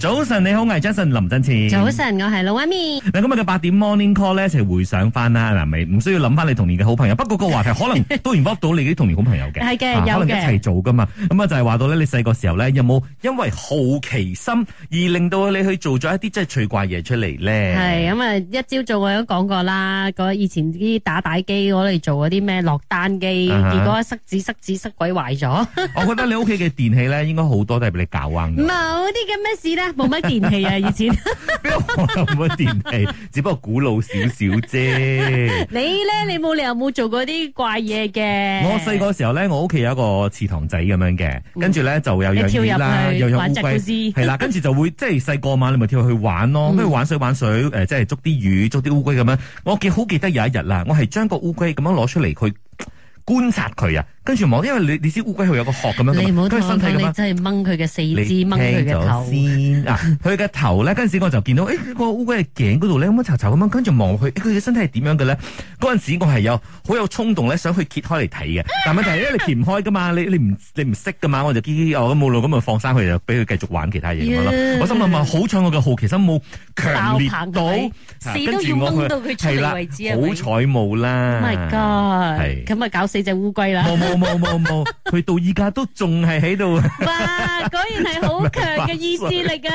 早晨，你好，我係 Jason 林振前。早。晨，我係老阿咪。嗱，今日嘅八點 Morning Call 咧，一齊回想翻啦，嗱，咪唔需要諗翻你童年嘅好朋友，不過個話題可 能都 involve 到你啲童年好朋友嘅，係嘅啊有嘅可能一齊做噶嘛，咁啊就係話到咧，你細個時候咧，有冇因為好奇心而令到你去做咗一啲即係趣怪嘢出嚟咧？係咁啊！一朝早我都講過啦，嗰以前啲打帶機我哋做嗰啲咩落單機，啊哈結果塞紙塞紙塞鬼壞咗，我覺得你屋企嘅電器咧，應該好多都係俾你搞彎冇啲嘅，咁嘅事啦，冇乜 電器啊！以前邊有可能冇電器？只不過古老少少啫。你咧，你冇理由冇做過啲怪嘢嘅。嗯我細個時候咧，我屋企有一個池塘仔咁樣嘅，跟住咧就有你養跳魚啦，入又去有烏玩隻龜故。事， 係啦，跟住就會即係細個嘛，你咪跳去玩咯，嗯跟住玩水玩水，誒、即係捉啲魚、捉啲烏龜咁樣。我記好記得有一日啦，我係將個烏龜咁樣攞出嚟，佢觀察佢啊，跟住望，因為你你知烏龜佢有個殼咁樣你㗎唔嘛，好同跟住我身體講，咁你樣。真係掹佢嘅四你肢，掹佢聽嘅咗頭。先啊！佢嘅頭咧，嗰陣時我就見到，誒、個烏龜嘅頸嗰度咧咁樣巢巢咁樣，跟住望落去，誒佢嘅身體係點樣嘅咧？嗰陣時我係有好有衝動咧，想去揭開嚟 睇嘅，但問題係因為你揭唔開噶嘛，你你唔你唔識噶嘛，我就嘰嘰我咁冇路咁啊放生佢，就俾佢繼續玩其他嘢咁樣啦 Yeah。我心諗啊，好彩我嘅好奇心冇強烈爆棚到係咪，啊死都跟住要我掹去到佢出嚟係啦為止係咪好彩冇啦。 Oh my god！係咁啊，搞死隻烏龜 啦！冇冇冇冇冇，佢到依家都仲係喺度。哇，果然係好強嘅意志 力啊！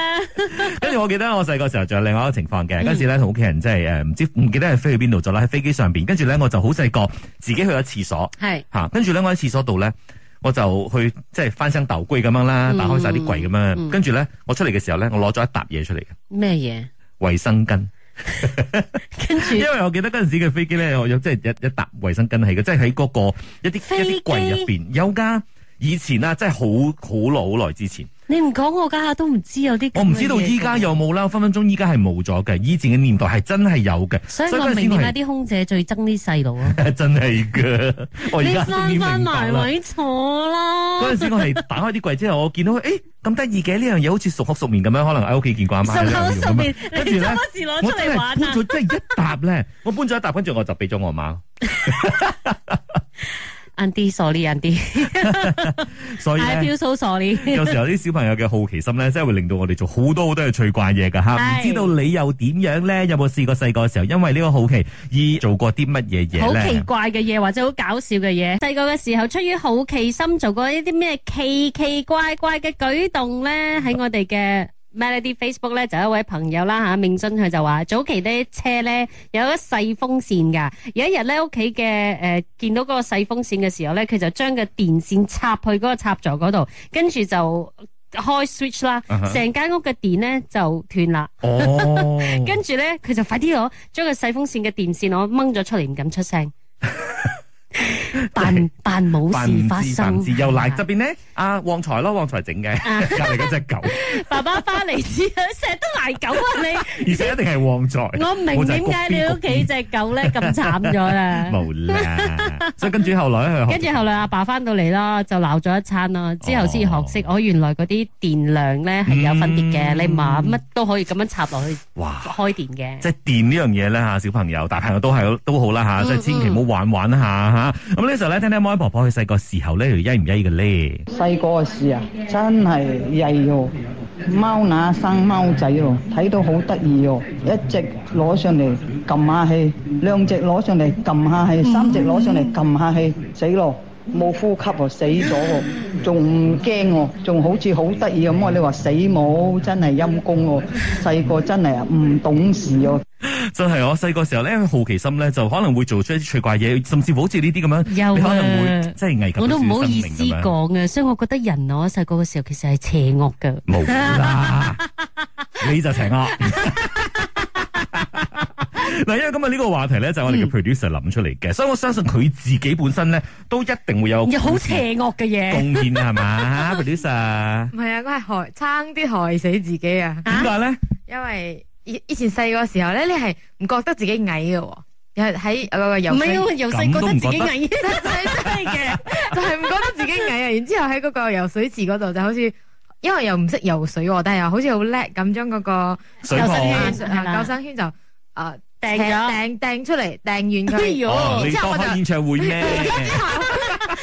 跟住我記得我細個時候仲有另外一個情況嗯嘅，嗰時咧同屋企人即係誒唔知唔記得係飛去邊度咗啦，喺飛機上邊。跟住咧我就好細個，自己去咗廁所係嚇，跟住咧我喺廁所度咧。我就去即係翻箱豆櫃咁樣啦，打開晒啲櫃咁樣，嗯跟住咧我出嚟嘅時候咧，我攞咗一沓嘢出嚟嘅咩嘢？衛生巾，嗯跟住因。為我記得嗰陣時嘅飛機咧，我有即係一一沓衛生巾係嘅，即係喺嗰個一啲飛機一啲櫃入邊有噶。以前啊，真係好好耐好耐之前，你唔講我家下都唔知有啲咁嘅嘢㗎。我唔知道依家有冇啦，分分鐘依家係冇咗嘅。以前嘅年代係真係有嘅，所以嗰陣我時明點係解啲空姐最憎啲細路啊！ 真係噶， 我而你家終於翻翻明白埋啦。位坐嗰啦，陣時我係打開啲櫃之後，我見到佢，誒咁得意嘅呢樣嘢，好似熟口熟面咁樣，可能喺屋企見過阿媽十口喺度用十咁樣面，跟 住你做咧乜，事攞我出真係嚟搬玩啊？咗真係一沓咧，我搬咗一沓，跟住我就俾咗我媽。 Andy，sorry，Andy，I 所以咧 feel，so sorry。有時候啲小朋友嘅好奇心咧，真係會令到我哋做好多好多嘅趣怪嘢㗎吓。唔係知道你又點樣咧？有冇試過細個嘅時候，因為呢個好奇而做過啲乜嘢嘢好奇咧？怪嘅嘢或者好搞笑嘅嘢，細個嘅時候出於好奇心做過一啲咩奇奇怪怪嘅舉動咧，喺我哋嘅 Melody Facebook 咧就有一位朋友啦吓，明俊佢就話早期啲車咧有一細風扇噶，有一日咧屋企嘅誒見到嗰個細風扇嘅時候咧，佢就將個電線插去嗰個插座嗰度，跟住就開 switch 啦啊哈，成間屋嘅電咧就斷啦。哦，跟住咧，佢就快啲攞將個細風扇嘅電線我掹咗出嚟，唔敢 出聲，扮扮冇扮唔事發知扮唔生啊知，。又賴側邊咧，阿旺財咯，旺財整嘅， 隔離嗰只 狗，爸爸翻嚟之後，成日都賴狗啊 而且一定係旺你！財，我唔明點解你屋企只狗咧咁慘咗啦。 無啦。 所以跟住後來佢跟住後來阿爸翻到嚟啦，就鬧咗一餐啦，哦之後先學識，我原來嗰啲電量咧係有分別嘅，嗯你唔係乜都可以咁樣插落 去哇！開電嘅。即係電呢樣嘢咧嚇，小朋友、大朋友都係都好啦嚇，嗯即係千祈唔好玩玩下嚇。咁呢時候咧，聽聽 My 婆婆佢細個時候咧，佢曳唔曳嘅咧？細個嘅事啊，真係曳喎！貓乸生貓仔喎，睇到好得意喎！一隻攞上嚟撳下氣，兩隻攞上嚟撳下氣，三隻攞上嚟撳下氣，死咯！冇呼吸喎，死咗喎，仲唔驚喎，仲好似好得意咁喎！你話死冇，真係陰公喎！細個真係啊唔懂事喎。真係我啊細個時候咧，因為好奇心咧，就可能會做出一啲趣怪嘢，甚至乎好似呢啲咁樣，有你可能啊會即係危及我都唔好意到思自己生命咁樣講啊嘅，所以我覺得人我細個嘅時候其實係邪惡嘅。冇 啦，你就邪惡。嗱，因為今日呢個話題咧就係我哋嗯嘅 producer 諗出嚟嘅，所以我相信佢自己本身咧都一定會有又好邪惡嘅嘢。貢獻啊係 嘛，producer 唔係啊，我係害差啲害死自己啊！點解咧？因為以以前細個時候咧，你係唔覺得自己矮嘅喎，又係喺呃嗰個唔游係因水，為由細覺得自己矮，真係真係嘅，就係唔覺得自己矮啊！然之後喺嗰個游水池嗰度就好似，因為又唔識游水喎，但係又好似好叻咁將嗰個水有泡水啊圈救生係啦圈救生圈就啊掟咗。掟掟出嚟，掟 遠哎佢。呦哦，然你之當後我就 開演唱會咩？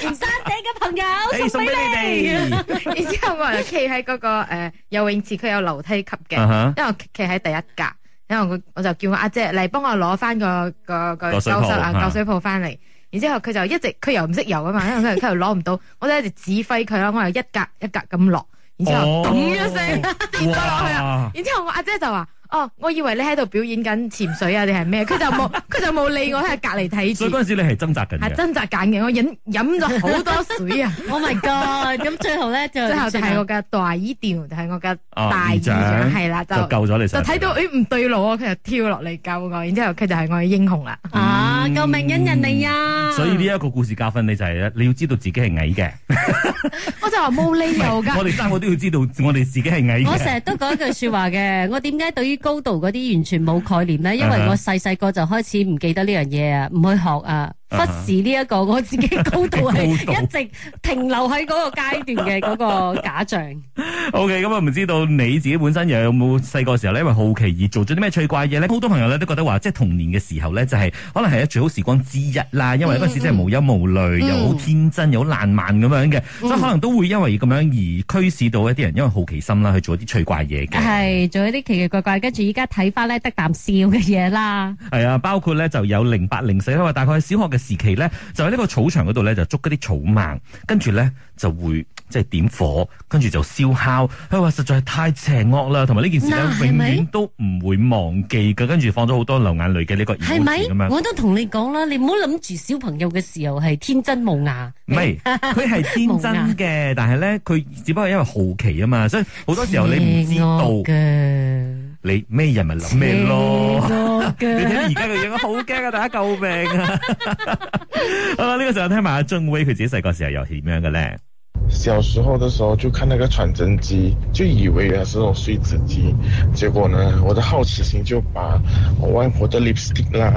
山頂嘅朋朋友誒送送俾俾你你哋。 然之後我就企喺嗰個诶游泳池，佢有樓梯級嘅啊哈， 因為我企喺第一格，因為我我就叫我阿姐嚟幫我攞翻個個個救救水生泡啊啊救水泡翻嚟。然之後佢就一直佢又唔識游啊嘛，因為佢佢又攞唔到，我就一直指揮佢啦，我又一格一格咁落，然之後哦咁一聲跌咗落去哇啊！然之後我阿姐就話：哦，我以為你喺度表演緊潛水啊定係咩？佢就 冇佢就冇理我喺隔離睇所以住嗰，陣時你係掙扎緊係嘅。掙扎緊嘅，我飲飲咗好多 水啊！ Oh my god！咁最後咧就最後就係我嘅大衣調，就係我嘅大衣啊長，姨丈係啦，就就救咗你就上嚟睇到啦誒唔對路啊，佢就跳落嚟救我，然之後佢就係我嘅英雄啦。啊救命恩人嚟啊！嗯所以呢一個故事教訓你就係咧，你要知道自己係矮嘅。 我就話冇理由㗎，我哋三個都要知道我哋自己係矮我嘅。成日都講一句说話嘅，我點解對於高度嗰啲完全冇概念咧？因為啊哈我細細個就開始唔記得呢樣嘢啊，唔去學啊，忽啊哈視呢一個我自己高度 係高度一直停留喺嗰個階段嘅嗰個假象。 O K，咁啊，唔知道你自己本身又有冇細個時候咧，因為好奇而做咗啲咩趣怪嘢咧？好多朋友咧都覺得話，即係童年嘅時候咧，就係、可能係最好時光之一啦，因為嗰陣時真係無憂無慮，嗯又好天真，又好爛漫咁樣嘅，所以可能都會因為咁樣而驅使到一啲人因為好奇心啦去做一啲趣怪嘢嘅。係做一啲奇奇怪怪，跟住依家睇翻咧得啖笑嘅嘢啦。係啊，包括咧就有零八零四啦，因為大概喺小學嘅時期咧，就喺呢個草場嗰度咧就捉嗰啲草蜢，跟住咧就會即係點火，跟住就燒烤。佢話實在係太邪惡啦，同埋呢件事咧嗱係永咪遠都唔會忘記嘅。跟住放咗好多流眼淚嘅呢個係故事咁咪？樣。我都同你講啦，你唔好諗住小朋友嘅時候係天真無牙。唔 係，佢係天真嘅，但係咧佢只不過因為好奇啊嘛，所以好多時候你唔知道邪惡嘅你咩人咪諗咩咯。邪惡 你 睇而嘅家嘅樣，好驚啊！大家救命啊！ 好啦，呢個時候聽埋阿俊威佢自己細個時候又係點樣嘅咧？小时候的时候就看那个传真机，就以为它是那种碎纸机，结果呢，我的好奇心就把我外婆的 lipstick 啦，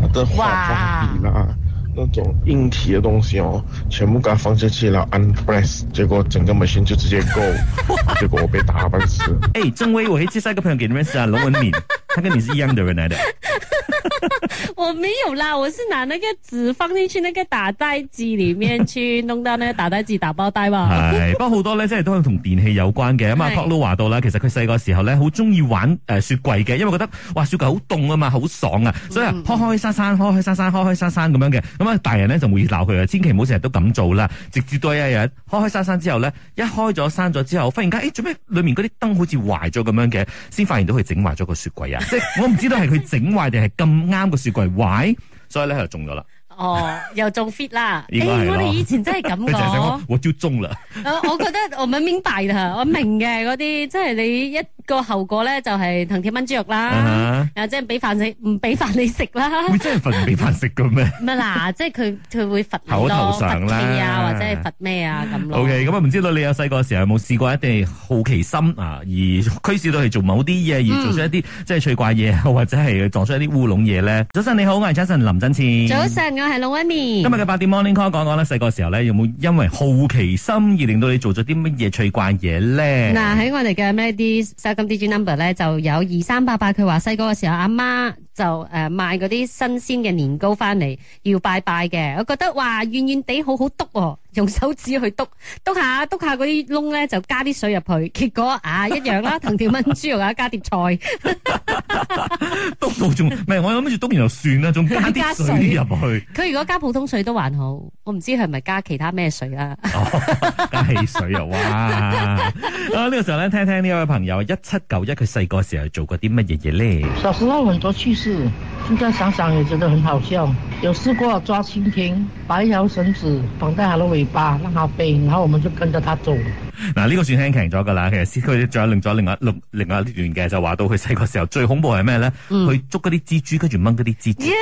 她的化妆笔啦，那种硬体的东西哦，全部给它放进去了，unpress，结果整个 machine 就直接 go，结果我被打半死。哎、郑威，我可以介绍一个朋友给你认识啊，龙文敏，他跟你是一样的人来的。我没有啦，我是拿那个纸放进去那个打袋机里面去弄到那个打袋机打包袋嘛。係，不過好多咧，即係都係同電器有關嘅。咁啊係，Talk Low 話到啦，其實佢細個時候咧，好中意玩誒雪櫃嘅，因為覺得哇雪櫃好凍啊嘛，好爽啊，所以啊開開閂閂，開開閂閂，開開閂閂咁樣嘅。咁啊，大人咧就會鬧佢啊，千祈唔好成日都咁做啦。直至到有一日開開閂閂之後咧，一開咗閂咗之後，忽然間誒哎做咩裡面嗰啲燈好似壞咗咁樣嘅，先發現到佢整壞咗個雪櫃啊！即係我唔知道係佢整壞定係咁啱個雪櫃壞，所以咧佢就中咗啦。哦，又中 fit 啦。 應诶、該係咯我哋以前真係咁佢就係想 講講。我就中啦。呃我覺得我唔明白啦，我明嘅嗰啲，即係你一個後果咧就係藤條炆豬肉啦，啊啊即係俾飯食，唔俾飯你食啦哈！會真係瞓唔俾飯食嘅咩？咪嗱，即係佢佢會罰口頭你咯，罰上啦企啊，或者係罰咩啊咁咯。 O K，咁啊，唔知道你有細個嘅時候有冇試過一啲好奇心啊，而驅使到去做某啲嘢，而做出一啲嗯即係趣怪嘢，或者係呃撞出一啲烏龍嘢咧？早晨你好，我係 Jason 林振前。早。晨，我係老威面。今日嘅八點 Morning Call 講講啦，細個時候咧有冇因為好奇心而令到你做咗啲乜嘢趣怪嘢咧？嗱喺我哋嘅 Melody 收金 D G number 咧就有二三八八，佢話細個嘅時候阿媽就誒、呃、買嗰啲新鮮嘅年糕翻嚟要拜拜嘅，我覺得哇軟軟地好好篤喎、用手指去篤 篤下篤下嗰啲窿咧就加啲水入去，結果啊一樣啦，藤條炆豬肉啊加碟菜，篤到仲唔係我諗住篤完就算啦，仲加加啲水水入去，佢如果加普通水都還好，我唔知佢係咪加其他咩水啊 啦、哦加汽水啊！哇！啊呢個時候咧，聽聽呢一位朋友一七九一，佢細個時候做過啲乜嘢嘢咧？小时候很多趣事，现在想想也觉得很好笑。有试过抓蜻蜓，把一条绳子绑在它的尾巴，让它飞，然后我们就跟着它走。嗱，呢個算輕強咗㗎啦。其實佢仲有另咗另外另另外一段嘅，就話到佢細個時候最恐怖係咩咧？去捉嗰啲蜘蛛，跟住掹嗰啲蜘蛛腳。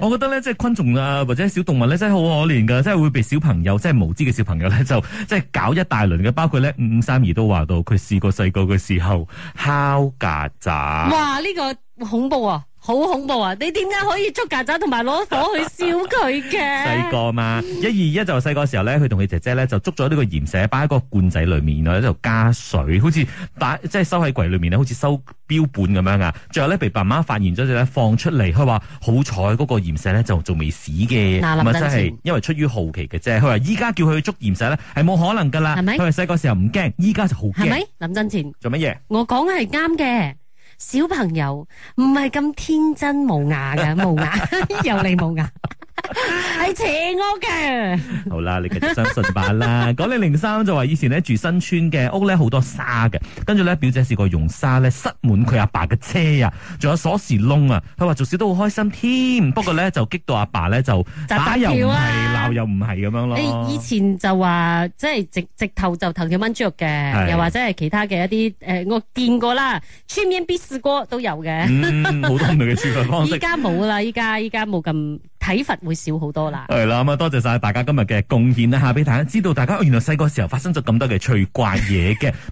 我覺得咧，即係昆蟲啊，或者小動物咧，真係好可憐㗎，真係會被小朋友，即係無知嘅小朋友咧，就即係搞一大輪嘅。包括咧，五五三二都話到，佢試過細個嘅時候敲曱甴。哇呢、個恐怖啊！好恐怖啊！你點解可以捉曱甴同埋攞火去燒佢細嘅？個嘛，一二一就細個時候咧，佢同佢姐姐咧就捉咗呢個鹽蛇，擺喺個罐仔裏面，然後咧就加水，好似擺即係收喺櫃裏面咧，好似收標本咁樣啊。最後咧被爸媽發現咗之後咧，放出嚟，佢話好彩嗰個鹽蛇咧就仲未死嘅，咁嗱啊臨陣真係前因為出於好奇嘅啫。佢話依家叫佢去捉鹽蛇咧係冇可能㗎啦，係咪佢話細個時候唔驚，依家就好係驚咪。？林振前，做乜嘢？我講係啱嘅。小朋友唔係咁天真無牙嘅， 無牙 又嚟無牙，係邪惡嘅。 好啦，你繼續相信吧啦。 講你零三就話以前咧住新村嘅屋咧好多沙嘅，跟住咧表姐試過用沙咧塞滿佢阿爸嘅車啊，仲有鎖匙窿啊。佢話做事都好開心添，不過咧就激到阿爸咧就扎扎打又唔跳係，啊鬧又唔係咁樣咯。誒以前就話即係直直頭就藤條炆豬肉嘅，係又或者係其他嘅一啲誒、呃我見過啦，出面必試過都有嘅。嗯，好多唔同嘅處罰方依 式。啊家冇啦，依家依家冇咁體罰會少好多啦。係啦，咁啊，多謝啊晒大家今日嘅貢獻啦，吓俾大家知道，大家哦原來細個時候發生咗咁多嘅趣怪嘢嘅。